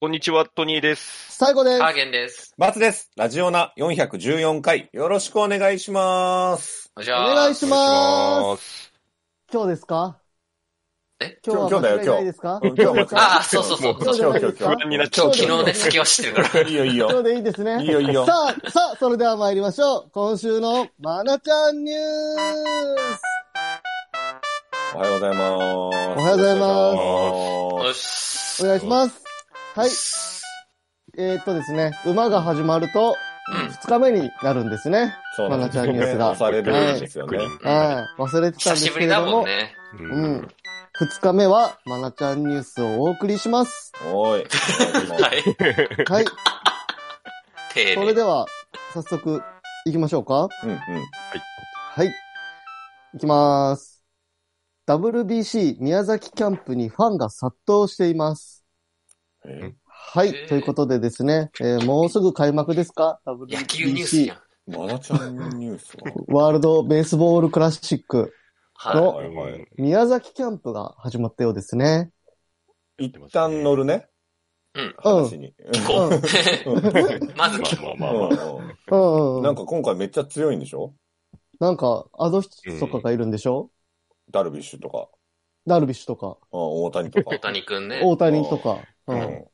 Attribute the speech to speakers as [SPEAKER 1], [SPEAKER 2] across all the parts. [SPEAKER 1] こんにちは、トニーです。
[SPEAKER 2] 最後です。
[SPEAKER 3] ハーゲンです。
[SPEAKER 4] 松です。ラジオナ414回、よろしくお願いします。
[SPEAKER 3] おじ
[SPEAKER 2] お
[SPEAKER 3] ゃ
[SPEAKER 2] 願いします。
[SPEAKER 1] す。
[SPEAKER 2] 今日ですか
[SPEAKER 3] え
[SPEAKER 2] 今日は
[SPEAKER 4] 今日だよ
[SPEAKER 2] 間違いないですか
[SPEAKER 4] 今日は間違いない
[SPEAKER 3] ああ、そうそうそう。
[SPEAKER 2] 今日じゃないですか
[SPEAKER 1] 今日今日今日不安になっちゃ
[SPEAKER 2] 今
[SPEAKER 1] う
[SPEAKER 2] 日でいい
[SPEAKER 3] 昨日
[SPEAKER 2] の
[SPEAKER 3] で隙を知ってるから。
[SPEAKER 4] いいよいい
[SPEAKER 2] 今日
[SPEAKER 4] よ。
[SPEAKER 2] でいいですね。
[SPEAKER 4] いいよいいよ
[SPEAKER 2] さあ、さあ、それでは参りましょう。今週のまなちゃんニュース。
[SPEAKER 4] おはようございます。
[SPEAKER 2] おはようございます
[SPEAKER 4] おはようご
[SPEAKER 3] よ
[SPEAKER 4] ざいます。
[SPEAKER 3] し。
[SPEAKER 2] お願いします。はい。
[SPEAKER 3] す。
[SPEAKER 2] えーっとですね、馬が始まると、2日目になるんですね。
[SPEAKER 4] そうなんです
[SPEAKER 2] まなちゃんニュースが
[SPEAKER 4] 押されるんですよね。
[SPEAKER 2] はい。忘れてたん
[SPEAKER 3] 久
[SPEAKER 2] で
[SPEAKER 3] し
[SPEAKER 2] す
[SPEAKER 3] ぶ
[SPEAKER 2] け
[SPEAKER 3] り
[SPEAKER 2] れ
[SPEAKER 3] だ
[SPEAKER 2] ど
[SPEAKER 3] も
[SPEAKER 2] も、
[SPEAKER 3] んね。
[SPEAKER 1] う
[SPEAKER 2] う。2日目は、まなちゃんニュースをお送りします。
[SPEAKER 4] お
[SPEAKER 3] は
[SPEAKER 4] い。
[SPEAKER 3] い。
[SPEAKER 2] はい。
[SPEAKER 3] 丁
[SPEAKER 2] それ
[SPEAKER 3] 寧。
[SPEAKER 2] では、早速、行きましょうか。
[SPEAKER 4] うんうん。
[SPEAKER 2] はい。いきまーす。WBC 宮崎キャンプにファンが殺到しています。
[SPEAKER 4] え
[SPEAKER 2] はい。
[SPEAKER 3] えー
[SPEAKER 2] ということでですね、えーもうすぐ開幕ですか ?WBC。
[SPEAKER 3] 野球ニュースやん。
[SPEAKER 4] まなちゃんのニュース
[SPEAKER 2] ワールドベースボールクラシック、
[SPEAKER 4] は。
[SPEAKER 3] は
[SPEAKER 2] の
[SPEAKER 4] はいはい。
[SPEAKER 2] 宮崎キャンプが始まったようですね。
[SPEAKER 4] 一旦乗るね。
[SPEAKER 3] うん
[SPEAKER 4] 話に。
[SPEAKER 3] い。こ
[SPEAKER 2] う
[SPEAKER 3] う。
[SPEAKER 4] う
[SPEAKER 3] まず、
[SPEAKER 1] まあまあまあまあまあ。
[SPEAKER 4] んうん
[SPEAKER 2] うんうん。
[SPEAKER 4] なんか今回めっちゃ強いんでしょ
[SPEAKER 2] なんか、あの人とかがいるんでしょ、
[SPEAKER 4] ダルビッシュとか、
[SPEAKER 2] ダルビッシュとか、
[SPEAKER 4] うん大谷とか。
[SPEAKER 3] 大谷くんね。
[SPEAKER 2] 大谷とか。う。
[SPEAKER 4] うんん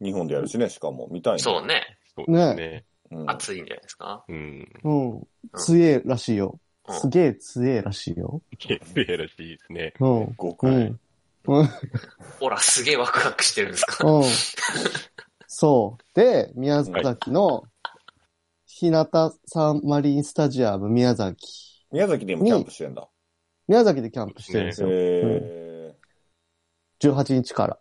[SPEAKER 4] 日本でやるしね、しかも。見たいね
[SPEAKER 3] そうね。
[SPEAKER 1] そうですね。
[SPEAKER 4] うん
[SPEAKER 3] 暑いんじゃないですか。
[SPEAKER 1] うん。
[SPEAKER 2] うん。強えらしいよ。
[SPEAKER 3] うん
[SPEAKER 2] すげえ強えらしいよ。
[SPEAKER 1] いやらしいですね。
[SPEAKER 2] うん。
[SPEAKER 4] 誤
[SPEAKER 2] う
[SPEAKER 4] 解
[SPEAKER 2] ん。うん。
[SPEAKER 3] ほら、すげえワクワクしてるんですか。
[SPEAKER 2] うん。そう。で、宮崎の、日向サンマリンスタジアム宮崎。
[SPEAKER 4] 宮崎でもキャンプしてんだ。
[SPEAKER 2] 宮崎でキャンプしてるんです
[SPEAKER 4] へ
[SPEAKER 2] よ。
[SPEAKER 4] え。
[SPEAKER 2] 18日から。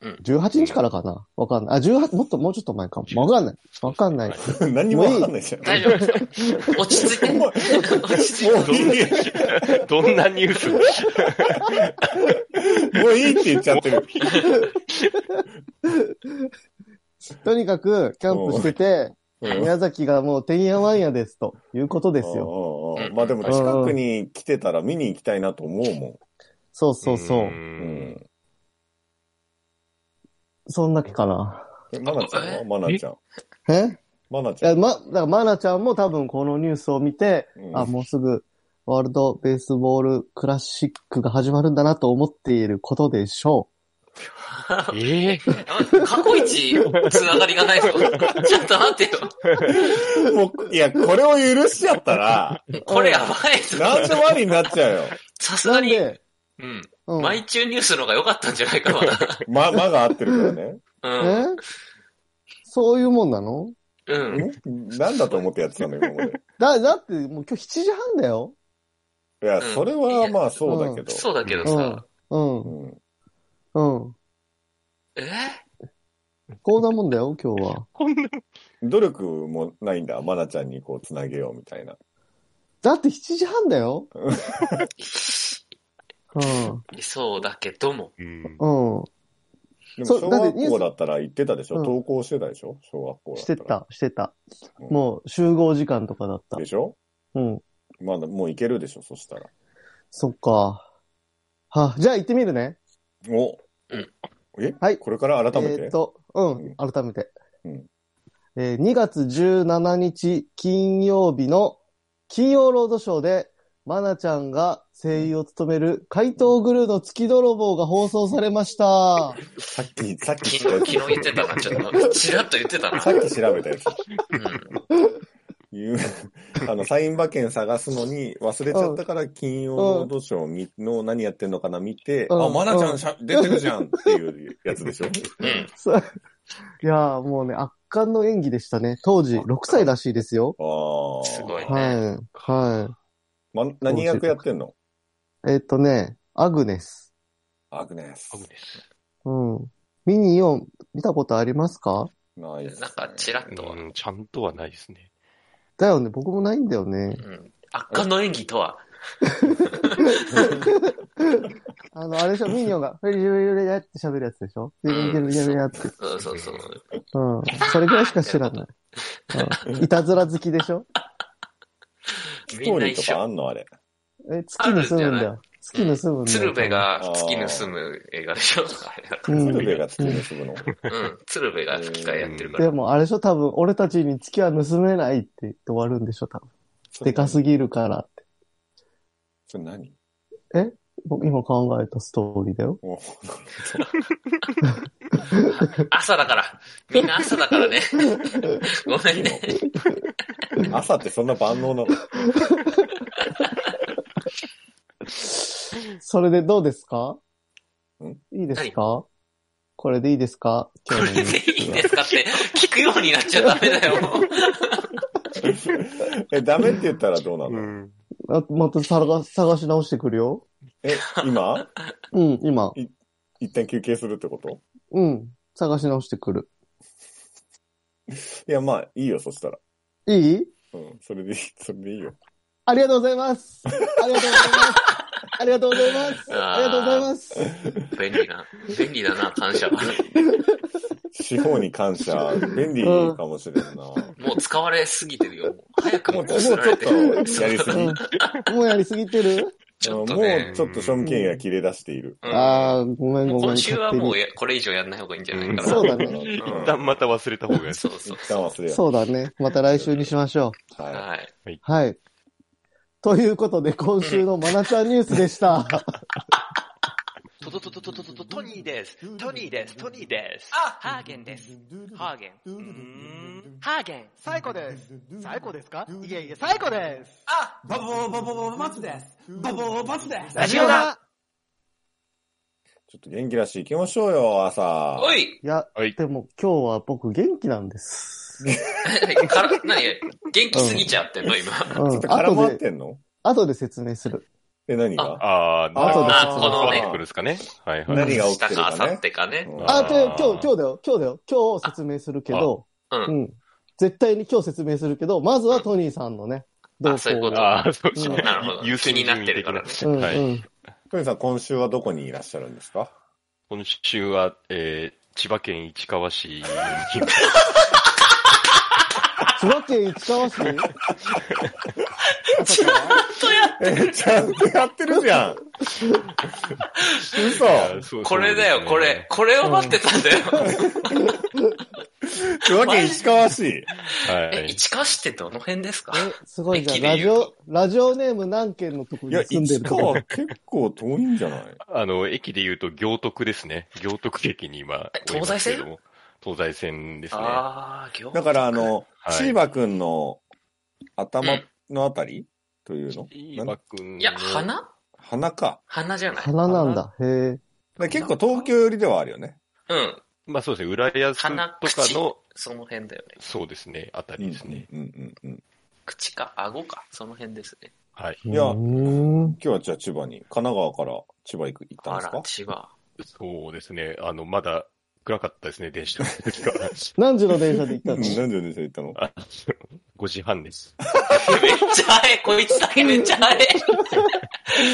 [SPEAKER 3] うん
[SPEAKER 2] 18日からかなわかんない。あ、18、もっと、もうちょっと前かも。わかんない。わかんない。
[SPEAKER 4] 何にもわかんないじゃん。
[SPEAKER 3] 大丈夫ですか落ち着いて。
[SPEAKER 4] もう
[SPEAKER 3] 落ち着い
[SPEAKER 1] どんなニュースどんなニュース
[SPEAKER 4] もういいって言っちゃってる。
[SPEAKER 2] とにかく、キャンプしてて、
[SPEAKER 4] うん
[SPEAKER 2] 宮崎がもう、てんやわんやです、ということですよ。
[SPEAKER 4] うんうんうんまあでも近くに来てたら見に行きたいなと思うも
[SPEAKER 2] そうそうそう。
[SPEAKER 4] ん。
[SPEAKER 1] ん。
[SPEAKER 2] そんだけかな。
[SPEAKER 4] え、まなちゃんはまなちゃん。
[SPEAKER 2] え
[SPEAKER 4] まなち
[SPEAKER 2] い
[SPEAKER 4] ゃ
[SPEAKER 2] や、
[SPEAKER 4] ん。
[SPEAKER 2] ま、だから、まなちゃんも多分このニュースを見て、
[SPEAKER 4] うん
[SPEAKER 2] あ、もうすぐ、ワールドベースボールクラシックが始まるんだなと思っていることでしょ
[SPEAKER 1] ええ
[SPEAKER 3] て。過去一、つながりがないぞ。ちょっと待ってよ。
[SPEAKER 4] もういや、これを許しちゃったら、
[SPEAKER 3] これやばいぞ。
[SPEAKER 4] 何でもありになっちゃうよ。
[SPEAKER 3] さ
[SPEAKER 2] う。
[SPEAKER 3] す
[SPEAKER 2] な
[SPEAKER 3] が
[SPEAKER 2] ん
[SPEAKER 3] に。
[SPEAKER 2] で、
[SPEAKER 3] うん。
[SPEAKER 2] うん。
[SPEAKER 3] 毎中ニュースの方が良かったんじゃないか、まだ。
[SPEAKER 4] ま、まが合ってるからね。
[SPEAKER 3] うん
[SPEAKER 2] え。そういうもんなの
[SPEAKER 3] うん。
[SPEAKER 4] ん何だと思ってやってたの今まで。
[SPEAKER 2] だ、だってもう今日7時半だよ。
[SPEAKER 4] いや、それはまあそうだけど。
[SPEAKER 3] そうだけどさ。
[SPEAKER 2] うん
[SPEAKER 4] う。ん。
[SPEAKER 2] うん。
[SPEAKER 3] え
[SPEAKER 2] こんなもんだよ、今日は。
[SPEAKER 1] こんな、
[SPEAKER 4] 努力もないんだ。まなちゃんにこう、つなげようみたいな。
[SPEAKER 2] だって7時半だよ。 うん。
[SPEAKER 3] そうだけども。
[SPEAKER 1] うん。
[SPEAKER 2] うん。
[SPEAKER 4] でも
[SPEAKER 2] そう
[SPEAKER 4] 小
[SPEAKER 2] だって
[SPEAKER 4] 学
[SPEAKER 2] ニュース
[SPEAKER 4] 校だったら行ってたでしょ
[SPEAKER 2] うん
[SPEAKER 4] 登校してたでしょ小学校だ
[SPEAKER 2] し
[SPEAKER 4] った
[SPEAKER 2] て
[SPEAKER 4] ら。
[SPEAKER 2] た、してた。
[SPEAKER 4] うん
[SPEAKER 2] もう集合時間とかだった
[SPEAKER 4] で。しょ
[SPEAKER 2] うん。
[SPEAKER 4] まだもう行けるでしょそしたら。
[SPEAKER 2] そっか。は、じゃあ行ってみるね。
[SPEAKER 4] お
[SPEAKER 3] うん
[SPEAKER 4] え
[SPEAKER 2] はい
[SPEAKER 4] これから改めて、
[SPEAKER 2] えっ、と、うん
[SPEAKER 4] う、
[SPEAKER 2] 改めて。
[SPEAKER 4] うん
[SPEAKER 2] えー2月17日金曜日の金曜ロードショーで、まなちゃんが声優を務める怪盗グルーの月泥棒が放送されました。
[SPEAKER 4] さっき、さ
[SPEAKER 3] 昨
[SPEAKER 4] っき
[SPEAKER 3] 日、
[SPEAKER 4] 調
[SPEAKER 3] 昨
[SPEAKER 4] べ
[SPEAKER 3] 日言ってたな、ちょっ と。ちらっと言ってたな。
[SPEAKER 4] さっき 調べたやつ。
[SPEAKER 3] うん。
[SPEAKER 4] いう、あの、サイン馬券探すのに忘れちゃったから、金曜ロードショーみの何やってんのかな見て、
[SPEAKER 2] うん
[SPEAKER 4] あ、まなちゃ
[SPEAKER 2] うん
[SPEAKER 4] んしゃ出てるじゃんっていうや つでしょ
[SPEAKER 3] うん。
[SPEAKER 2] そう いやーもうね、圧巻の演技でしたね。当時6歳らしいですよ。
[SPEAKER 4] ああ。
[SPEAKER 3] すごいね。
[SPEAKER 2] はい。は
[SPEAKER 4] ま、何役やってんの
[SPEAKER 2] い。えっ、とね、アグネス。
[SPEAKER 4] アグネス
[SPEAKER 1] 危。ないです
[SPEAKER 2] うん。ミニオン見たことありますか
[SPEAKER 4] ナイス。
[SPEAKER 3] なんか、ちらっとは。
[SPEAKER 1] うん、ちゃんとはないですね。
[SPEAKER 2] だよね、僕もないんだよね。
[SPEAKER 3] うん。圧巻の演技とは。
[SPEAKER 2] あの、あれでしょ、ミニオンが、フェリフェリフェリって喋るやつでしょフェリフェリフェリフェリって。
[SPEAKER 3] そうそうそう。
[SPEAKER 2] うん。それぐらいしか知らない。うん。いたずら好きでしょ
[SPEAKER 4] スト
[SPEAKER 3] みん
[SPEAKER 4] ー
[SPEAKER 3] な
[SPEAKER 4] リー
[SPEAKER 3] 一
[SPEAKER 4] とかあ
[SPEAKER 3] 緒。
[SPEAKER 4] んのあれ。
[SPEAKER 2] え、月に住むんだよ。月盗むんだよ
[SPEAKER 3] 鶴瓶。が月盗む映画でしょあれだか
[SPEAKER 2] う
[SPEAKER 3] ら。
[SPEAKER 2] ん
[SPEAKER 4] 鶴瓶が月盗む
[SPEAKER 3] う
[SPEAKER 4] の。
[SPEAKER 3] ん。鶴瓶が吹き替えやってるから
[SPEAKER 2] で。もあれでしょ多分、俺たちに月は盗めないって言って終わるんでしょ多分。でかす
[SPEAKER 4] ぎ。
[SPEAKER 2] ぎるからって。
[SPEAKER 4] それ何
[SPEAKER 2] 今考えたストーリーだよ。
[SPEAKER 4] お
[SPEAKER 3] 朝だから。みんな朝だからね。ごめんね。
[SPEAKER 4] 朝ってそんな万能なの
[SPEAKER 2] それでどうですか
[SPEAKER 4] ん
[SPEAKER 2] いいですかこれでいいですか
[SPEAKER 3] こ
[SPEAKER 2] 今日のニュ
[SPEAKER 3] れ
[SPEAKER 2] ース
[SPEAKER 3] でいいんですかって聞くようになっちゃダメだよ。
[SPEAKER 4] え、ダメって言ったらどうな
[SPEAKER 1] う
[SPEAKER 4] の
[SPEAKER 1] ん。
[SPEAKER 2] あまた探探し直してくるよ。
[SPEAKER 4] え、今
[SPEAKER 2] うん、今。
[SPEAKER 4] 一旦休憩するってこと
[SPEAKER 2] うん。探し直してくる。
[SPEAKER 4] いや、まあ、いいよ、そしたら。
[SPEAKER 2] いい
[SPEAKER 4] うん、それでいい、それでいいよ。
[SPEAKER 2] ありがとうございます。ありがとうございます。ありがとうございます。
[SPEAKER 3] あー
[SPEAKER 2] ありがとうございます。
[SPEAKER 3] 便利な、便利だな、感謝は。
[SPEAKER 4] 司法に感謝、便利かもしれんな。も
[SPEAKER 3] もう使われすぎてるよ。早く
[SPEAKER 4] う、も
[SPEAKER 3] も
[SPEAKER 4] う
[SPEAKER 3] こ
[SPEAKER 4] ち
[SPEAKER 3] す
[SPEAKER 4] ょっ
[SPEAKER 3] られて
[SPEAKER 4] と
[SPEAKER 3] る。
[SPEAKER 4] やりすぎ。
[SPEAKER 2] うんもうやりすぎてる
[SPEAKER 3] ちょっと
[SPEAKER 4] も
[SPEAKER 3] ね
[SPEAKER 4] う。ちょっと賞味期限が切れ出している。
[SPEAKER 3] うん
[SPEAKER 2] ああ、ごめん
[SPEAKER 3] も
[SPEAKER 2] ごめ
[SPEAKER 3] う
[SPEAKER 2] ん。
[SPEAKER 3] 今週はもう
[SPEAKER 2] 勝
[SPEAKER 3] やこれ以上やんない方がいいんじゃないか
[SPEAKER 2] 手に
[SPEAKER 3] な。
[SPEAKER 2] そうだね。
[SPEAKER 4] 一
[SPEAKER 1] 一旦また忘れた方がいい。
[SPEAKER 3] そうそう
[SPEAKER 4] 旦忘れよ
[SPEAKER 2] そうだね。また来週にしましょ
[SPEAKER 3] う。
[SPEAKER 4] う。は
[SPEAKER 3] はい。
[SPEAKER 2] う。はい。ということで、今週のマナちゃんニュースでした。
[SPEAKER 5] トトトトトトトトトニーです。トニーです。トニーです。
[SPEAKER 6] あ
[SPEAKER 5] ハーゲンです。ハーゲン。うーんハーゲン。
[SPEAKER 6] 最高です。最高ですかいえいえ、最高です。あバボーバボーバツです。バボーバツです。
[SPEAKER 5] ラジオだ
[SPEAKER 4] い。ちょっと元気だし行きましょうよ、朝。
[SPEAKER 3] おい
[SPEAKER 2] いや、
[SPEAKER 1] はい
[SPEAKER 2] でも今日は僕元気なんです。
[SPEAKER 3] から、何元気すぎちゃってんの今。
[SPEAKER 2] う
[SPEAKER 4] ちょっ
[SPEAKER 2] ん
[SPEAKER 4] と。絡ま
[SPEAKER 2] 後
[SPEAKER 4] っ
[SPEAKER 2] で、
[SPEAKER 4] てんの
[SPEAKER 2] 後で説明する。
[SPEAKER 4] え、何が
[SPEAKER 1] ああ、
[SPEAKER 2] 後で
[SPEAKER 1] な
[SPEAKER 3] あ
[SPEAKER 1] る
[SPEAKER 3] ー、
[SPEAKER 1] ほ
[SPEAKER 3] こ
[SPEAKER 1] ど
[SPEAKER 3] の
[SPEAKER 1] そうなっ
[SPEAKER 3] ね
[SPEAKER 1] てく。るんですかね。はいはい。
[SPEAKER 4] 何が起き
[SPEAKER 3] 明日
[SPEAKER 4] てる
[SPEAKER 3] か
[SPEAKER 4] か
[SPEAKER 3] 明
[SPEAKER 4] ね
[SPEAKER 3] 後。日かね。
[SPEAKER 4] うん
[SPEAKER 2] あ、違う、
[SPEAKER 1] あー
[SPEAKER 2] 今日、今日だよ、今日だよ。今日説明するけど、
[SPEAKER 3] うん
[SPEAKER 2] う。ん。絶対に今日説明するけど、まずはトニーさんのね、動向
[SPEAKER 3] あそういうこと
[SPEAKER 1] ああ、そうですね
[SPEAKER 3] なるほど。
[SPEAKER 1] 優先
[SPEAKER 3] 気になってるから。
[SPEAKER 2] うん
[SPEAKER 1] 順
[SPEAKER 2] うん
[SPEAKER 1] 位的なはい。
[SPEAKER 4] トニーさん、今週はどこにいらっしゃるんですか
[SPEAKER 1] 今週は、えー、千葉県市川市に、
[SPEAKER 2] 千葉県市川市朝から
[SPEAKER 4] え、ちゃんとやってるじゃん。嘘。
[SPEAKER 1] そう
[SPEAKER 3] これだよ、これ。。これを待ってたんだよ。
[SPEAKER 4] 千葉県市川市。
[SPEAKER 1] そうですねは
[SPEAKER 3] え、
[SPEAKER 1] い。
[SPEAKER 3] 市川市ってどの辺ですか
[SPEAKER 2] え、すごいじゃん。
[SPEAKER 3] 駅で
[SPEAKER 2] ラ
[SPEAKER 3] 言
[SPEAKER 2] ジ
[SPEAKER 3] う
[SPEAKER 2] オ
[SPEAKER 3] と、
[SPEAKER 2] ラジオネーム何県のとこ
[SPEAKER 4] い
[SPEAKER 2] に
[SPEAKER 4] や、
[SPEAKER 2] 住んで
[SPEAKER 4] 市
[SPEAKER 2] るとこ
[SPEAKER 4] 川結構遠いんじゃない
[SPEAKER 1] あの、駅で言うと、行徳ですね。行徳駅に今
[SPEAKER 3] え、
[SPEAKER 1] おりますけども東西線ですね。
[SPEAKER 3] あー、行
[SPEAKER 4] だから、あの、
[SPEAKER 1] はい
[SPEAKER 4] シーバくんの頭のあたりというのなん
[SPEAKER 1] 今くんの。
[SPEAKER 3] いや、花
[SPEAKER 4] 鼻か。
[SPEAKER 3] 花じゃない。
[SPEAKER 2] 花なんだ。へ
[SPEAKER 4] だから結構東京寄りではあるよね。
[SPEAKER 3] うん。
[SPEAKER 1] まあそうですね、浦安と
[SPEAKER 3] 鼻、
[SPEAKER 1] か
[SPEAKER 3] 口
[SPEAKER 1] の、
[SPEAKER 3] その辺だよね。
[SPEAKER 1] そうですね、あた
[SPEAKER 4] う
[SPEAKER 1] り
[SPEAKER 4] ん
[SPEAKER 1] ですね。
[SPEAKER 4] うんうんうん。
[SPEAKER 3] 口か、顎か、その辺ですね。
[SPEAKER 1] はい。
[SPEAKER 2] え。
[SPEAKER 4] いや
[SPEAKER 2] うーん。
[SPEAKER 4] 今日はじゃあ千葉に、神奈川から千葉行く行ったん
[SPEAKER 3] あ
[SPEAKER 4] です
[SPEAKER 3] ら
[SPEAKER 4] か、
[SPEAKER 3] 千葉。
[SPEAKER 1] そうですね、あの、まだ暗かったですね、電車の時は。
[SPEAKER 2] 何時の電車で行った
[SPEAKER 4] う
[SPEAKER 2] の
[SPEAKER 4] ん、なんでね、それ行ったの
[SPEAKER 1] あ5時半です。
[SPEAKER 3] めっちゃ早い、こいつだけめっちゃ早い。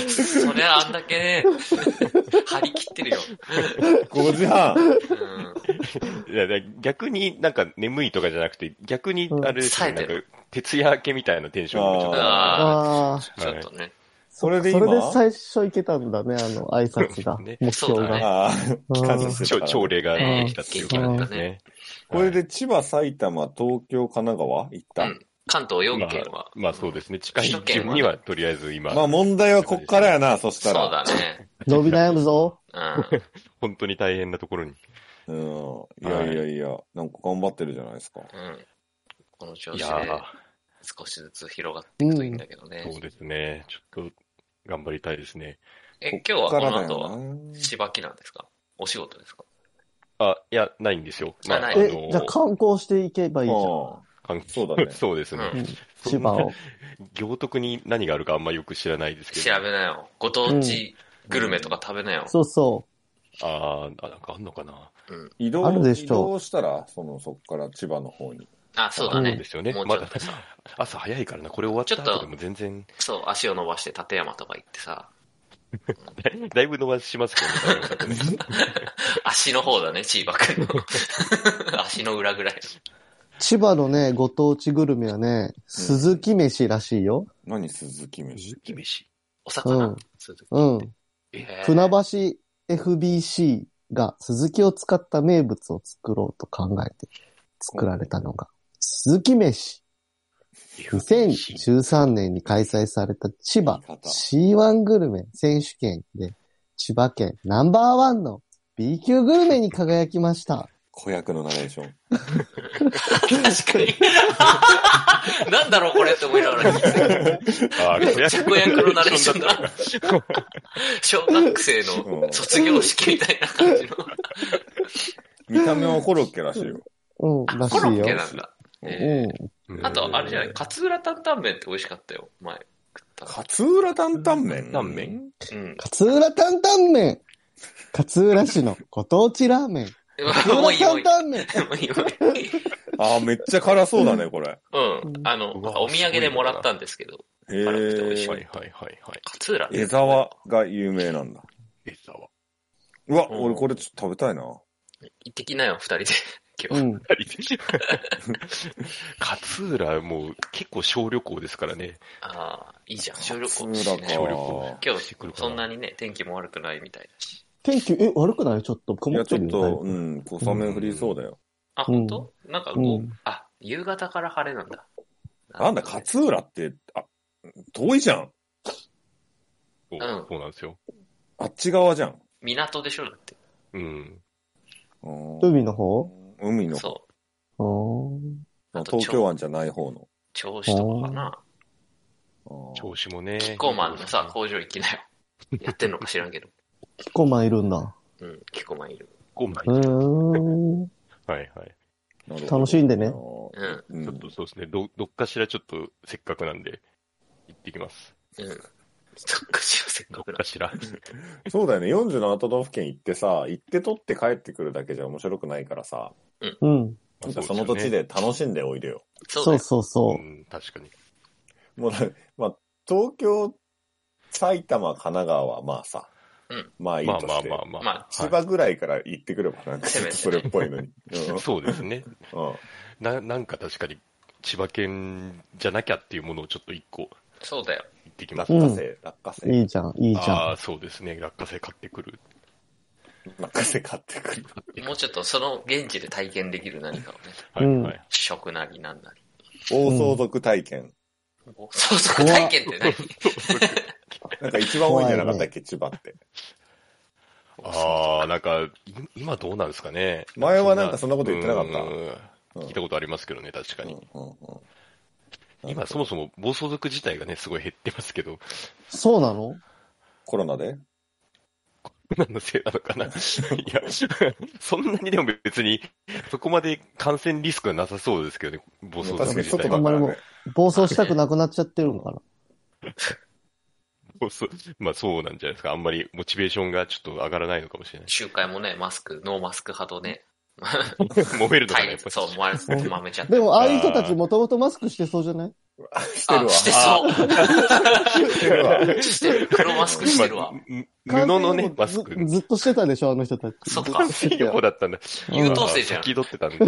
[SPEAKER 3] そりゃあんだけね、張り切ってるよ。
[SPEAKER 4] ?5 時半。
[SPEAKER 3] うん。
[SPEAKER 1] いや、だから逆になんか眠いとかじゃなくて、逆にあれですね、
[SPEAKER 3] うん冴えて
[SPEAKER 1] な
[SPEAKER 3] る
[SPEAKER 1] んか、徹夜明けみたいなテンションになっちゃっ
[SPEAKER 4] あー
[SPEAKER 1] た。、
[SPEAKER 3] あ
[SPEAKER 2] ああ。
[SPEAKER 3] あ、ちょっとね。
[SPEAKER 4] それで
[SPEAKER 2] そ
[SPEAKER 4] 今
[SPEAKER 2] れで最初行けたんだね、あの、挨拶が
[SPEAKER 1] ね
[SPEAKER 2] 目標
[SPEAKER 3] そうだね
[SPEAKER 2] が。
[SPEAKER 4] ああ、感謝し
[SPEAKER 1] 朝
[SPEAKER 4] てたから
[SPEAKER 1] 朝礼ができたっていう感じですね。
[SPEAKER 4] これで千葉、埼玉、東京、神奈川行った、
[SPEAKER 3] うん関東4県は。
[SPEAKER 1] まあそうですね、近い
[SPEAKER 3] 首都圏は
[SPEAKER 1] 順にはとりあえず今、
[SPEAKER 4] まあ問題はこっからやな、そし
[SPEAKER 3] そ
[SPEAKER 4] た
[SPEAKER 3] うだ
[SPEAKER 4] ら。
[SPEAKER 3] ね。
[SPEAKER 2] 伸び悩むぞ。
[SPEAKER 3] うん。
[SPEAKER 1] 本当に大変なところに。
[SPEAKER 4] うん。いやいやいや、なんか頑張ってるじゃないですか。
[SPEAKER 3] うん。この調
[SPEAKER 1] い
[SPEAKER 3] 子
[SPEAKER 1] や
[SPEAKER 3] で少しずつ広がっていくといいんだけどね
[SPEAKER 1] ー、。そうですね、ちょっと頑張りたいですね。
[SPEAKER 3] え、
[SPEAKER 4] こ
[SPEAKER 3] 今日は
[SPEAKER 4] か
[SPEAKER 3] こ
[SPEAKER 4] ら
[SPEAKER 3] の
[SPEAKER 4] だ
[SPEAKER 3] 後
[SPEAKER 4] よ
[SPEAKER 3] は
[SPEAKER 4] な。
[SPEAKER 3] 芝木なんですかお仕事ですか
[SPEAKER 1] あ、いや、ないんですよ。
[SPEAKER 3] あない
[SPEAKER 1] の
[SPEAKER 2] え、じゃあ観光していけばいいじ
[SPEAKER 4] あ
[SPEAKER 1] 観光
[SPEAKER 4] そう だね
[SPEAKER 1] そうです
[SPEAKER 3] う
[SPEAKER 1] ね。
[SPEAKER 3] ん
[SPEAKER 2] ゃん。千葉を。
[SPEAKER 1] 行徳に何があるかあんまよく知らないですけ
[SPEAKER 3] 調
[SPEAKER 1] ど。
[SPEAKER 3] べなよ。ご当地グルメとか食べなよ。
[SPEAKER 2] そうそ
[SPEAKER 1] あーあ、なんかあんのかな
[SPEAKER 4] 移
[SPEAKER 2] あ
[SPEAKER 4] 動
[SPEAKER 2] るでしょ
[SPEAKER 4] 移動したら、そのそっから千葉の方に。
[SPEAKER 3] あ、そう
[SPEAKER 1] そ
[SPEAKER 3] だ
[SPEAKER 1] う
[SPEAKER 3] ね
[SPEAKER 1] で。すよね。
[SPEAKER 3] もう
[SPEAKER 1] ま
[SPEAKER 3] ちょ
[SPEAKER 1] だ
[SPEAKER 3] っとさ、
[SPEAKER 1] 朝早いからな、これ終わった
[SPEAKER 3] ちょっ
[SPEAKER 1] 後
[SPEAKER 3] と
[SPEAKER 1] でも全然、
[SPEAKER 3] そう、足を伸ばして立山とか行ってさ、
[SPEAKER 1] だいぶ伸ばしますけどね多分ね。
[SPEAKER 3] 足の方だね、チーバくんの。足の裏ぐらい。
[SPEAKER 2] う。千葉のね、ご当地グルメはね、鈴木飯らしいよ。
[SPEAKER 4] 何、鈴木飯。
[SPEAKER 1] 鈴木飯
[SPEAKER 3] お魚、
[SPEAKER 2] うん
[SPEAKER 3] そういう時
[SPEAKER 2] うん。
[SPEAKER 3] えー
[SPEAKER 2] 船橋 FBC が鈴木を使った名物を作ろうと考えて作られたのが、鈴木飯。2013年に開催された千葉 C1 グルメ選手権で、千葉県ナンバーワンの B 級グルメに輝きました。
[SPEAKER 4] 子役のナレーション。
[SPEAKER 3] 確かに。なんだろう、これって思いながら聞いて
[SPEAKER 1] ああ、子
[SPEAKER 3] めっちゃ子役のナレーションだな。小学生
[SPEAKER 4] う
[SPEAKER 3] の
[SPEAKER 4] ん
[SPEAKER 3] 卒業式みたいな感じの。
[SPEAKER 4] 見た目はコロッケらしいよ。
[SPEAKER 2] うん、らし
[SPEAKER 3] コロ
[SPEAKER 2] い
[SPEAKER 3] ッ
[SPEAKER 2] よ
[SPEAKER 3] ケ。なんだ。
[SPEAKER 2] う
[SPEAKER 3] え
[SPEAKER 2] ん。
[SPEAKER 3] ーあと、あれじゃない、勝浦担々麺って美味しかったよ、前食ったの。
[SPEAKER 4] 勝浦担々麺
[SPEAKER 1] 担々麺
[SPEAKER 3] うん。
[SPEAKER 2] 勝浦担々麺。勝浦市のご当地ラー メン。
[SPEAKER 3] も
[SPEAKER 2] 勝
[SPEAKER 3] ういい、もうい
[SPEAKER 2] 浦担
[SPEAKER 3] い。
[SPEAKER 2] 々麺。
[SPEAKER 3] もういいもういい
[SPEAKER 4] ああ、めっちゃ辛そうだね、これ。
[SPEAKER 3] うん。あの、
[SPEAKER 1] うわ
[SPEAKER 3] お土産でもらったんですけど、
[SPEAKER 4] へ
[SPEAKER 3] 辛くて美味し
[SPEAKER 4] え
[SPEAKER 3] い
[SPEAKER 1] はいはいはいはい。
[SPEAKER 3] 勝浦。
[SPEAKER 4] 江沢が有名なんだ。
[SPEAKER 1] 江沢。
[SPEAKER 4] うわ、
[SPEAKER 3] うん
[SPEAKER 4] 俺これちょっと食べたいな。
[SPEAKER 3] 行ってきなよ、二人で。今
[SPEAKER 2] う
[SPEAKER 3] 日。
[SPEAKER 2] ん。
[SPEAKER 1] 勝浦、もう結構小旅行ですからね。
[SPEAKER 3] ああ、いいじゃん、小旅行
[SPEAKER 4] 勝
[SPEAKER 3] だし
[SPEAKER 4] 浦
[SPEAKER 3] ね。
[SPEAKER 4] か。
[SPEAKER 3] 今
[SPEAKER 1] してくる
[SPEAKER 3] 日、
[SPEAKER 1] かな
[SPEAKER 3] そんなにね、天気も悪くないみたいだし。
[SPEAKER 2] 天気、え、悪くないちょっと
[SPEAKER 4] い
[SPEAKER 2] 曇
[SPEAKER 4] や、
[SPEAKER 2] っ
[SPEAKER 4] ち
[SPEAKER 2] て
[SPEAKER 4] ょ
[SPEAKER 2] る
[SPEAKER 4] っ
[SPEAKER 2] よだいぶ
[SPEAKER 4] と、うん、小雨降りそうだよ。
[SPEAKER 3] あ、
[SPEAKER 2] うん
[SPEAKER 3] 本当？なんかこう、
[SPEAKER 2] うん
[SPEAKER 3] あ、夕方から晴れなんだ。
[SPEAKER 4] なんだ、勝浦って、あ、遠いじゃん。
[SPEAKER 1] そう
[SPEAKER 3] うん
[SPEAKER 1] そうなんですよ。
[SPEAKER 4] あっち側じゃん。
[SPEAKER 3] 港でしょだって。
[SPEAKER 1] うん。
[SPEAKER 4] うん
[SPEAKER 2] 海の方
[SPEAKER 4] 海の、
[SPEAKER 3] そう。
[SPEAKER 2] うーん。
[SPEAKER 3] あと
[SPEAKER 4] 東京湾じゃない方の。
[SPEAKER 3] 銚子とかかな。
[SPEAKER 4] あ
[SPEAKER 1] 調子もね。
[SPEAKER 3] キッコーマンのさ、工場行きなよ。やってんのか知らんけど。
[SPEAKER 2] キコマンいるんだ。
[SPEAKER 3] うん、キッコーマンいる。
[SPEAKER 1] コーマ
[SPEAKER 2] う
[SPEAKER 1] ン。
[SPEAKER 2] ーん。
[SPEAKER 1] はいはい。
[SPEAKER 4] ーなるほど
[SPEAKER 2] 楽しんでね。
[SPEAKER 3] うん、
[SPEAKER 4] う
[SPEAKER 1] ちょ
[SPEAKER 4] ん
[SPEAKER 1] っとそうですね。ど、どっかしらちょっとせっかくなんで、行ってきます。
[SPEAKER 3] うん。どっかしらせっ
[SPEAKER 1] ど
[SPEAKER 3] か
[SPEAKER 1] っ
[SPEAKER 3] くな
[SPEAKER 1] かしら。
[SPEAKER 4] そうだよね。47都道府県行ってさ、行って取って帰ってくるだけじゃ面白くないからさ、
[SPEAKER 2] うん。
[SPEAKER 4] なんかその土地
[SPEAKER 1] で
[SPEAKER 4] で楽しんでおいでよ。
[SPEAKER 3] そうだ
[SPEAKER 2] そうそ
[SPEAKER 3] よ。
[SPEAKER 2] う
[SPEAKER 1] す
[SPEAKER 2] そ
[SPEAKER 1] ね。うん、確かに。
[SPEAKER 4] もう だ、まあ、東京、埼玉、神奈川はまあさ、
[SPEAKER 3] うん
[SPEAKER 4] まあいい
[SPEAKER 1] ま
[SPEAKER 4] と
[SPEAKER 1] あ
[SPEAKER 4] して、
[SPEAKER 1] まあまあまあ。
[SPEAKER 3] まあ、
[SPEAKER 4] 千葉ぐらいから行ってくればなんか
[SPEAKER 3] せめてね
[SPEAKER 4] それっぽいのに。うん
[SPEAKER 1] そうですね。
[SPEAKER 4] うん
[SPEAKER 1] な、なんか確かに、千葉県じゃなきゃっていうものをちょっと一個
[SPEAKER 3] そうだよ。
[SPEAKER 1] 行ってきます。
[SPEAKER 4] 落花生、落花
[SPEAKER 2] う。い
[SPEAKER 4] 生、
[SPEAKER 2] いじゃん、いいじゃ
[SPEAKER 1] ああ、そうですね。落花生買ってくる。
[SPEAKER 4] 落花生買ってくる。
[SPEAKER 3] もうちょっとその現地で体験できる何かをね。
[SPEAKER 1] はい
[SPEAKER 2] うん
[SPEAKER 1] はい。
[SPEAKER 3] 食なりなんなり。
[SPEAKER 4] 大相続体験。
[SPEAKER 3] おそうそう、体験って何
[SPEAKER 4] なんか一番多いんじゃなかったっけ、千葉って。
[SPEAKER 1] ああ、なんか、い今どうなんですかね。
[SPEAKER 4] 前はなんかそんなこと言ってなかった
[SPEAKER 1] うん聞いたことありますけどね、確か
[SPEAKER 4] うん
[SPEAKER 1] に。
[SPEAKER 4] うんうん
[SPEAKER 1] 今、そもそも暴走族自体がね、すごい減ってますけど、
[SPEAKER 2] ん。そうなの
[SPEAKER 4] コロナで
[SPEAKER 1] 何のせいなのかな。いや、そんなにでも別に、そこまで感染リスクはなさそうですけどね、暴走
[SPEAKER 4] 確
[SPEAKER 1] 族
[SPEAKER 4] かに
[SPEAKER 1] 自
[SPEAKER 4] 外
[SPEAKER 1] 体
[SPEAKER 4] だ
[SPEAKER 1] が。
[SPEAKER 4] か
[SPEAKER 2] あ
[SPEAKER 4] ら
[SPEAKER 2] んまり
[SPEAKER 4] ね。
[SPEAKER 2] 暴走したくなくなっちゃってるのかな
[SPEAKER 1] 暴走まあそうなんじゃないですか。あんまりモチベーションがちょっと上がらないのかもしれない。
[SPEAKER 3] 集会もね、マスク、ノーマスク派とね、
[SPEAKER 1] 揉めるのか
[SPEAKER 3] 対
[SPEAKER 1] な、やっ
[SPEAKER 3] 立、
[SPEAKER 1] ぱ
[SPEAKER 3] そう、まめまめちゃっ た。
[SPEAKER 2] でも、ああいう人たちもともとマスクしてそうじゃない
[SPEAKER 4] してる
[SPEAKER 3] あ、
[SPEAKER 4] わ。
[SPEAKER 3] してそう。
[SPEAKER 4] してるわ。
[SPEAKER 3] してる。黒マスクしてるわ。
[SPEAKER 1] り。まあ布のね、マ
[SPEAKER 2] 完全
[SPEAKER 1] ス
[SPEAKER 2] に
[SPEAKER 1] ク。
[SPEAKER 2] もうずずっとしてたでしょ、あの人たち。
[SPEAKER 3] そっか
[SPEAKER 2] ずとしてた
[SPEAKER 1] 旅行
[SPEAKER 2] よ
[SPEAKER 1] だったんだ。
[SPEAKER 3] 優等生じゃん
[SPEAKER 1] あ先取ってたんだ。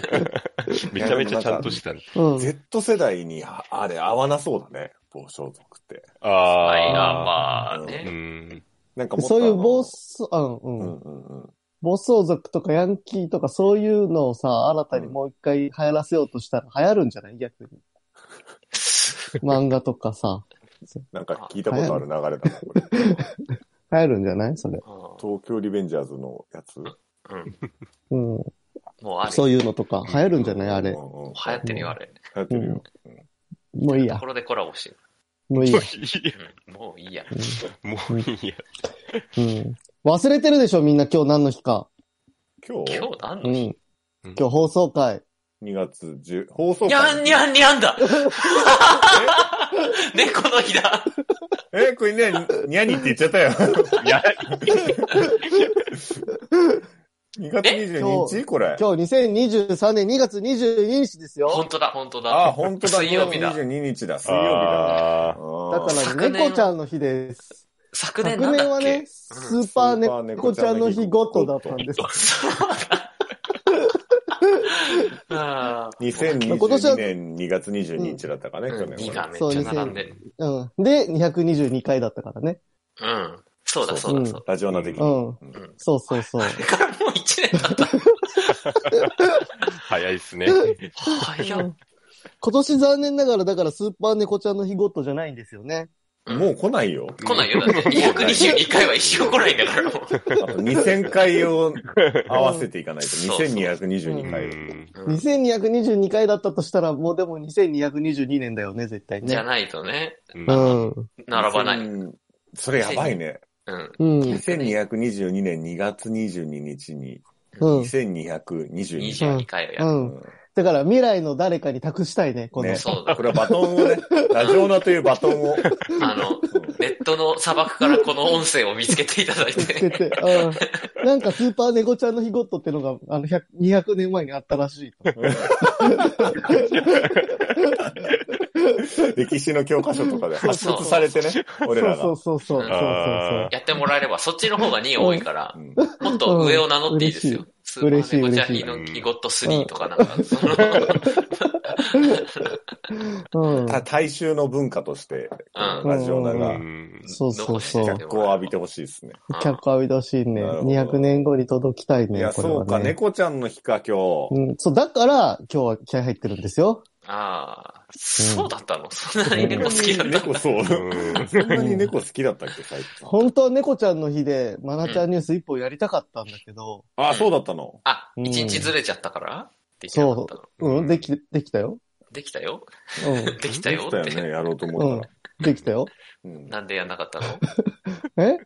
[SPEAKER 1] めちゃめちゃちゃんとしてたんだ。
[SPEAKER 2] うん。
[SPEAKER 4] Z 世代にああれ合わなそうだね、暴走族って。
[SPEAKER 1] あ
[SPEAKER 3] は
[SPEAKER 1] あ
[SPEAKER 3] い、あまあ
[SPEAKER 1] う
[SPEAKER 3] ね。
[SPEAKER 1] ん。
[SPEAKER 4] なんかもっと
[SPEAKER 2] そういう暴
[SPEAKER 4] 走。
[SPEAKER 2] 走、あの
[SPEAKER 4] う
[SPEAKER 2] うんん。
[SPEAKER 4] うんうん。
[SPEAKER 2] 暴走族とかヤンキーとかそういうのをさ、新たにもう一回流行らせようとしたら流行るんじゃない逆に。 漫画とかさ、
[SPEAKER 4] なんか聞いたことある流れだな、これ。
[SPEAKER 2] 流行るんじゃないそれ。
[SPEAKER 3] う
[SPEAKER 4] 東京リベンジャーズのやつ。
[SPEAKER 3] ん。
[SPEAKER 2] うん。
[SPEAKER 3] もうあれ、
[SPEAKER 2] そ
[SPEAKER 3] 流
[SPEAKER 2] ういうのとか流行るんじゃないあ
[SPEAKER 4] う
[SPEAKER 2] れ
[SPEAKER 4] ん。うんうん
[SPEAKER 3] 行ってるよ、あれ。
[SPEAKER 4] 流行ってるよ。
[SPEAKER 2] もういい
[SPEAKER 3] と
[SPEAKER 2] や
[SPEAKER 3] こ。ろでコラボしてる。
[SPEAKER 2] もう いいや。
[SPEAKER 3] うんもういいや。
[SPEAKER 1] もういいや。
[SPEAKER 2] うん。忘れてるでしょみんな今日何の日か。
[SPEAKER 4] 今日
[SPEAKER 3] 今日何
[SPEAKER 2] う
[SPEAKER 3] の日
[SPEAKER 2] ん。今日放送会。
[SPEAKER 4] 2月10、放送
[SPEAKER 3] にゃん
[SPEAKER 4] 回。
[SPEAKER 3] にゃんにゃんだ 猫の日だ
[SPEAKER 4] え、これね、にゃにって言っちゃったよ。にゃに。2月22日これ。
[SPEAKER 2] 今日2023年2月22日ですよ。
[SPEAKER 3] 本当だ、本当だ。
[SPEAKER 4] あ、本当だ。
[SPEAKER 3] 水曜日だ
[SPEAKER 4] 2月22日だ。水曜日だ。
[SPEAKER 1] あー
[SPEAKER 4] うん
[SPEAKER 2] だから
[SPEAKER 3] 昨年は
[SPEAKER 2] 猫ちゃんの日です。
[SPEAKER 3] 昨
[SPEAKER 2] 昨
[SPEAKER 3] 年なん
[SPEAKER 2] 年
[SPEAKER 3] だっ
[SPEAKER 2] は
[SPEAKER 3] け
[SPEAKER 2] ね、スーパー猫ちゃんの日ごとだったんです。
[SPEAKER 3] あ
[SPEAKER 4] 2022年2月22日だったかね、
[SPEAKER 3] ー
[SPEAKER 4] 去
[SPEAKER 3] うん、
[SPEAKER 4] 年
[SPEAKER 3] 2
[SPEAKER 4] は
[SPEAKER 3] が
[SPEAKER 4] ね
[SPEAKER 3] めっちゃ並んで。
[SPEAKER 2] うん。で、222回だったからね。
[SPEAKER 3] うん。そうだそうだそうだ。
[SPEAKER 4] ラジオナ的
[SPEAKER 2] う
[SPEAKER 4] に。
[SPEAKER 2] ん。そうそうそう。
[SPEAKER 3] だから もう1年経った。
[SPEAKER 1] 早いですね。
[SPEAKER 3] 早っ。
[SPEAKER 2] 今年残念ながら、だからスーパー猫ちゃんの日ごっとじゃないんですよね。
[SPEAKER 4] もう来ないよ。
[SPEAKER 3] 来ないよ。だって222回は一生来ないんだからも
[SPEAKER 4] あと2000回を合わせていかな いと、2222
[SPEAKER 1] うん
[SPEAKER 4] 回。
[SPEAKER 3] う。うん
[SPEAKER 2] 2222回だったとしたら、もうでも2222年だよね、絶対
[SPEAKER 3] じゃ
[SPEAKER 2] ね。
[SPEAKER 3] ないとね、
[SPEAKER 2] うん。
[SPEAKER 3] 並ばない。
[SPEAKER 4] 2000。それやばいね。
[SPEAKER 3] う
[SPEAKER 2] うん。
[SPEAKER 3] ん。
[SPEAKER 4] 2222年2月22日に、
[SPEAKER 2] うん。
[SPEAKER 4] 2222回。
[SPEAKER 3] 22回を
[SPEAKER 2] う
[SPEAKER 3] やる。
[SPEAKER 2] ん。だから未来の誰かに託したいね、この。
[SPEAKER 4] ね
[SPEAKER 3] そうだ
[SPEAKER 4] こ。れはバトンをね、ラジオナというバトンを。
[SPEAKER 3] あの、ネットの砂漠からこの音声を見つけていただい
[SPEAKER 2] 見つけ
[SPEAKER 3] て。
[SPEAKER 2] て。うん。なんかスーパー猫ちゃんの日ごっとってのが、あの、100 200年前にあったらしいと。
[SPEAKER 4] 歴史の教科書とかで発掘されてね、俺らが。
[SPEAKER 2] そうそうそうそう。そうそう
[SPEAKER 1] あ
[SPEAKER 3] やってもらえれば、そっちの方が2多いから
[SPEAKER 4] う、ん
[SPEAKER 3] もっと上を名乗っていいですよ。スーパ
[SPEAKER 2] 嬉しい
[SPEAKER 3] ー猫ちゃん
[SPEAKER 2] 嬉しい
[SPEAKER 3] イノキゴット3とかなんか、その、う
[SPEAKER 2] そう。うん。
[SPEAKER 4] た大衆の文化として、
[SPEAKER 3] ん。
[SPEAKER 4] ラジオナ
[SPEAKER 1] う
[SPEAKER 4] が
[SPEAKER 1] ん
[SPEAKER 2] そうそうそう。
[SPEAKER 3] 残して
[SPEAKER 2] 脚
[SPEAKER 3] た
[SPEAKER 4] こう浴びてほしいですね。
[SPEAKER 2] 光浴びてほしいね。
[SPEAKER 4] なるほど
[SPEAKER 2] 200年後に届きたい
[SPEAKER 4] い
[SPEAKER 2] ね、
[SPEAKER 4] や、
[SPEAKER 2] これ
[SPEAKER 4] そ
[SPEAKER 2] は
[SPEAKER 4] うか、
[SPEAKER 2] ね。
[SPEAKER 4] 猫ちゃんの日か、今日。
[SPEAKER 2] うん、そう、だから、今日は気合入ってるんですよ。
[SPEAKER 3] ああ、そうだったのそんなに猫好きだった
[SPEAKER 4] 猫そう。
[SPEAKER 1] うん
[SPEAKER 4] そんなに猫好きだったっけ、最近。
[SPEAKER 2] 本当は猫ちゃんの日で、マナちゃんニュース一本やりたかったんだけど、
[SPEAKER 4] あ、そうだったの。
[SPEAKER 3] あ、
[SPEAKER 2] うん
[SPEAKER 3] 1日ずれちゃったからできなかったの。
[SPEAKER 2] うん、
[SPEAKER 1] うん
[SPEAKER 2] でき、できたよ。
[SPEAKER 3] できたよ
[SPEAKER 2] うん、
[SPEAKER 3] できたよっ
[SPEAKER 4] でき
[SPEAKER 3] て。
[SPEAKER 4] ね、やろうと
[SPEAKER 2] う
[SPEAKER 4] 思
[SPEAKER 2] ん
[SPEAKER 4] ったら。、
[SPEAKER 2] できたよ。
[SPEAKER 4] うん
[SPEAKER 3] なんでやんなかったの
[SPEAKER 2] え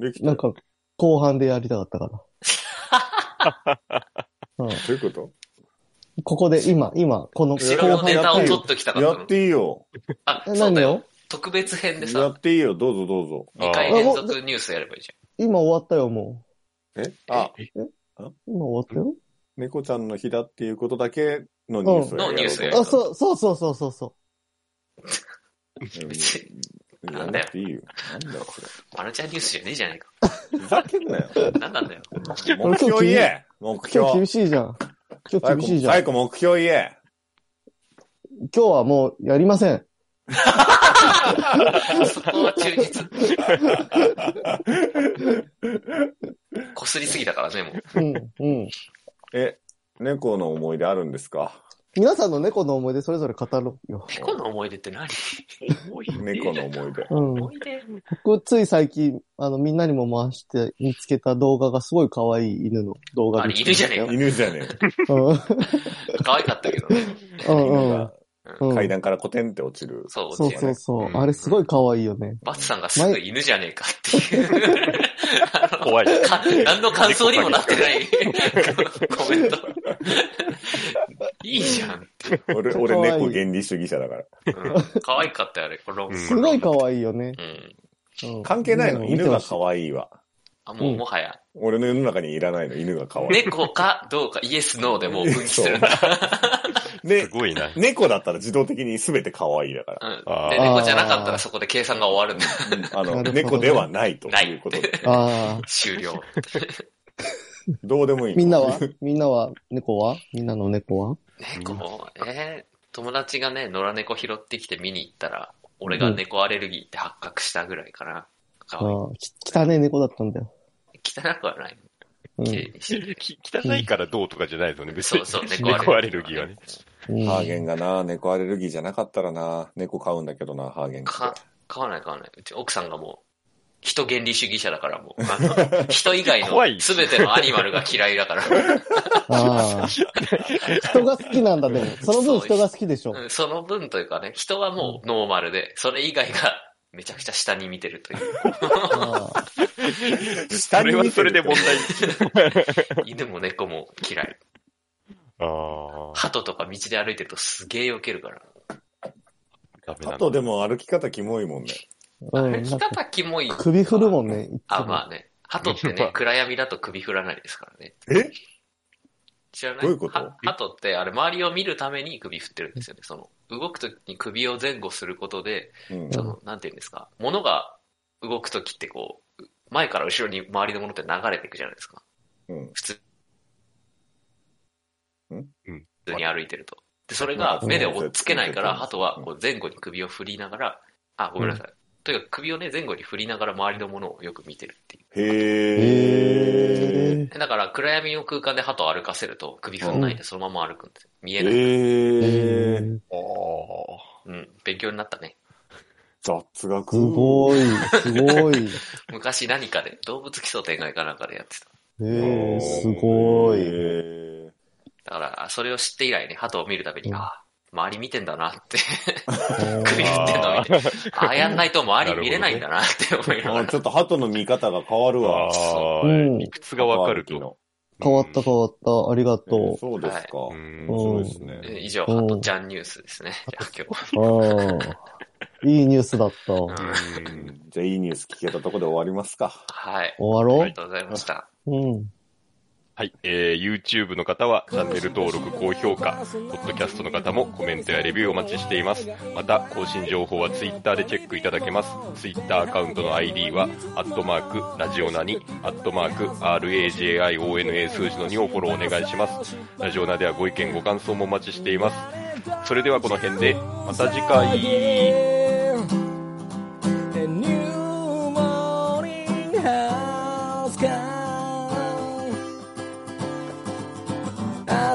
[SPEAKER 4] できた
[SPEAKER 2] なんか、後半でやりたかったから。うん、
[SPEAKER 4] どういうこ
[SPEAKER 2] ここで、今、今、この後
[SPEAKER 3] 後ろの
[SPEAKER 2] 半
[SPEAKER 3] ネ
[SPEAKER 2] や
[SPEAKER 3] タ
[SPEAKER 2] っ
[SPEAKER 3] を
[SPEAKER 2] て
[SPEAKER 3] 取
[SPEAKER 2] る
[SPEAKER 3] っ。ときた
[SPEAKER 4] と
[SPEAKER 3] か
[SPEAKER 4] や
[SPEAKER 3] ったの
[SPEAKER 4] っ。ていいよ。
[SPEAKER 3] あ、
[SPEAKER 2] え
[SPEAKER 3] そうだ
[SPEAKER 2] 何
[SPEAKER 3] よ
[SPEAKER 2] を。
[SPEAKER 3] 特別編で
[SPEAKER 4] や
[SPEAKER 3] さ、
[SPEAKER 4] っていいよ、どうぞどうぞ。
[SPEAKER 3] 2回連続ニュースやればいいじ
[SPEAKER 2] 今終わったよ、も
[SPEAKER 4] えあ、
[SPEAKER 2] う。今終わっ
[SPEAKER 4] 猫ちゃんの日だっていうことだけのニュースをやろうと思った
[SPEAKER 3] のニュース
[SPEAKER 2] たよ。あ、そう、そうそうそうそうそ
[SPEAKER 3] ゃん。別に、
[SPEAKER 4] うんやらなくていいよ。なんだよ、それ。
[SPEAKER 3] マルチャニュースじゃねえじゃないか。
[SPEAKER 4] ふざけんなよ。
[SPEAKER 3] なんなんだよ。
[SPEAKER 4] 目標言え目
[SPEAKER 2] う。今日厳
[SPEAKER 4] 標。
[SPEAKER 2] しいじゃん。今日厳しいじゃん。
[SPEAKER 4] 最後目標言え。
[SPEAKER 2] 今日はもうやりません。
[SPEAKER 3] そこは忠実。こすりすぎたからね、もう。
[SPEAKER 2] うん、うん。
[SPEAKER 4] え、猫の思い出あるんですか
[SPEAKER 2] 皆さんの猫の思い出それぞれ語ろうよ。
[SPEAKER 3] 猫の思い出って何
[SPEAKER 4] 猫の思い出。
[SPEAKER 2] うん
[SPEAKER 3] 思。い出
[SPEAKER 2] 僕、つい最近、あの、みんなにも回して見つけた動画がすごい可愛い犬の動画
[SPEAKER 3] あれ、犬じゃねえか。
[SPEAKER 4] 犬じゃねえ。
[SPEAKER 2] うん。
[SPEAKER 3] 可愛かったけどね。
[SPEAKER 2] うんうん。
[SPEAKER 3] うん
[SPEAKER 2] うん
[SPEAKER 4] 階段からコテンって落ちる。
[SPEAKER 3] そう、
[SPEAKER 2] そうそうそう。あれすごい可愛いよね。
[SPEAKER 3] バツさんがすぐ犬じゃねえかっていう。
[SPEAKER 1] 怖い。
[SPEAKER 3] か何の感想にもなってない コメント。いいじゃん。
[SPEAKER 4] 俺、
[SPEAKER 2] か
[SPEAKER 4] 俺
[SPEAKER 2] わいい
[SPEAKER 4] 猫原理主義者だから。
[SPEAKER 3] うん、可愛かったよ、あれ。この
[SPEAKER 1] うん
[SPEAKER 2] すごい可愛いよね。
[SPEAKER 3] うん。
[SPEAKER 2] うん
[SPEAKER 4] 関係ないの、
[SPEAKER 2] 見て
[SPEAKER 4] 犬
[SPEAKER 2] ほ
[SPEAKER 4] が
[SPEAKER 2] しい
[SPEAKER 4] 可愛いわ。
[SPEAKER 3] あ、もう、
[SPEAKER 2] うん
[SPEAKER 3] もはや。
[SPEAKER 4] 俺の世の中にいらないの、犬が可愛い。
[SPEAKER 3] 猫かどうか、イエス、ノーでもう分岐するんだ。
[SPEAKER 1] す
[SPEAKER 4] で、
[SPEAKER 1] ごいな。
[SPEAKER 4] 猫だったら自動的に全て可愛いだから。
[SPEAKER 3] うん
[SPEAKER 1] あー
[SPEAKER 3] で、猫じゃなかったらそこで計算が終わるんだ。
[SPEAKER 4] あの、
[SPEAKER 2] なるほどね
[SPEAKER 4] 猫ではないと
[SPEAKER 3] ない
[SPEAKER 4] いうことで。
[SPEAKER 2] ああ。
[SPEAKER 3] 終了。
[SPEAKER 4] どうでもいいの。
[SPEAKER 2] みんなはみんなは猫はみんなの猫は
[SPEAKER 3] 猫も、えー友達がね、野良猫拾ってきて見に行ったら、俺が猫アレルギーって発覚したぐらいかな。
[SPEAKER 2] あ
[SPEAKER 3] 可
[SPEAKER 2] あ
[SPEAKER 3] 愛い。
[SPEAKER 2] ー、き汚ねえ猫だったんだよ。
[SPEAKER 3] 汚くはない。
[SPEAKER 2] う
[SPEAKER 3] 綺麗
[SPEAKER 2] ん。
[SPEAKER 3] にしてる。
[SPEAKER 1] き汚いからどうとかじゃないですよね、別
[SPEAKER 3] そ
[SPEAKER 1] に。
[SPEAKER 3] うそう、
[SPEAKER 1] 猫アレルギーはね。
[SPEAKER 2] うん
[SPEAKER 4] ハーゲンがな、猫アレルギーじゃなかったらな、猫飼うんだけどな、ハーゲンって。
[SPEAKER 3] か、買わない買わない。うち奥さんがもう、人原理主義者だからもう、あ の、人以外
[SPEAKER 1] 怖
[SPEAKER 3] の
[SPEAKER 1] い
[SPEAKER 3] 全てのアニマルが嫌いだから、
[SPEAKER 2] ああ。人が好きなんだ、でも。その分人が好きでしょ。
[SPEAKER 3] うんその分というかね、人はもうノーマルで、それ以外がめちゃくちゃ下に見てるという。
[SPEAKER 2] ああ
[SPEAKER 1] それはそれで問題。
[SPEAKER 3] 犬も猫も嫌い。
[SPEAKER 1] ああ。
[SPEAKER 3] 鳩とか道で歩いてるとすげえ避けるから。
[SPEAKER 1] ダメなん
[SPEAKER 4] あ
[SPEAKER 1] だ
[SPEAKER 4] とでも歩き方キモいもんね。
[SPEAKER 2] うん
[SPEAKER 3] 歩き方キモい。
[SPEAKER 2] 首振るもんね。いつも
[SPEAKER 3] あ、まあね。鳩ってね、暗闇だと首振らないですからね。
[SPEAKER 4] え
[SPEAKER 3] 知らない
[SPEAKER 4] どういうこと
[SPEAKER 3] は鳩って、あれ、周りを見るために首振ってるんですよね。その、動くときに首を前後することで、
[SPEAKER 4] うん。
[SPEAKER 3] その、なんていうんですか、物が動くときってこう、前から後ろに周りのものって流れていくじゃないですか。
[SPEAKER 4] うん
[SPEAKER 3] 普通。
[SPEAKER 4] ん
[SPEAKER 3] に歩いてると。で、それが目で追っつけないから、あとはこう前後に首を振りながら、あ、ごめんなさい。とにかく首をね、前後に振りながら周りのものをよく見てるっていう。
[SPEAKER 4] へー。
[SPEAKER 2] へ
[SPEAKER 3] だから暗闇の空間で鳩を歩かせると首振んないでそのまま歩くんですよ。見えない。
[SPEAKER 2] え
[SPEAKER 4] へー。
[SPEAKER 2] ー。
[SPEAKER 1] ああ。
[SPEAKER 3] うん。勉強になったね。
[SPEAKER 4] 雑学。
[SPEAKER 2] すごい、すごい。
[SPEAKER 3] 昔何かで、動物基礎展開かなんかでやってた。
[SPEAKER 2] えー、すご
[SPEAKER 4] へ
[SPEAKER 2] い。
[SPEAKER 4] ー
[SPEAKER 3] だから、それを知って以来ね、鳩を見るたびに、
[SPEAKER 2] うん
[SPEAKER 3] あー周り見てんだなって、 首振ってんの
[SPEAKER 1] あ
[SPEAKER 3] 見て、ああやんないと周り見れないんだなって思いなが
[SPEAKER 4] あ
[SPEAKER 3] ら。
[SPEAKER 4] ちょっと鳩の見方が変わるわ。
[SPEAKER 1] あ
[SPEAKER 2] うん
[SPEAKER 1] ー、理屈がわかる
[SPEAKER 4] 鳩歩き
[SPEAKER 1] と。
[SPEAKER 4] の。
[SPEAKER 2] 変わった変わった。ありが
[SPEAKER 4] えー
[SPEAKER 2] と
[SPEAKER 4] そうですか。
[SPEAKER 1] うん
[SPEAKER 2] うん
[SPEAKER 4] 面白いです
[SPEAKER 3] えー
[SPEAKER 4] ね。
[SPEAKER 3] 以上、
[SPEAKER 2] うん
[SPEAKER 3] ハトちゃんニュースですね。じゃあ今日
[SPEAKER 2] う。うん。いいニュースだった。終
[SPEAKER 3] は。
[SPEAKER 1] うん
[SPEAKER 4] じゃあ、いいニュース聞けたところで終わりますか。
[SPEAKER 3] はい。
[SPEAKER 2] わ
[SPEAKER 3] あ
[SPEAKER 2] ろ
[SPEAKER 3] りがとうございました。
[SPEAKER 2] ううん。
[SPEAKER 1] はい、えー、YouTube の方はチャンネル登録、高評価、Podcast の方もコメントやレビューお待ちしています。また、更新情報は Twitter でチェックいただけます。Twitter アカウントの ID は、アットマーク、ラジオナに、アットマーク、RAJIONA 数字の2をフォローお願いします。ラジオナではご意見、ご感想もお待ちしています。それではこの辺で、また次回。
[SPEAKER 7] A new morning has come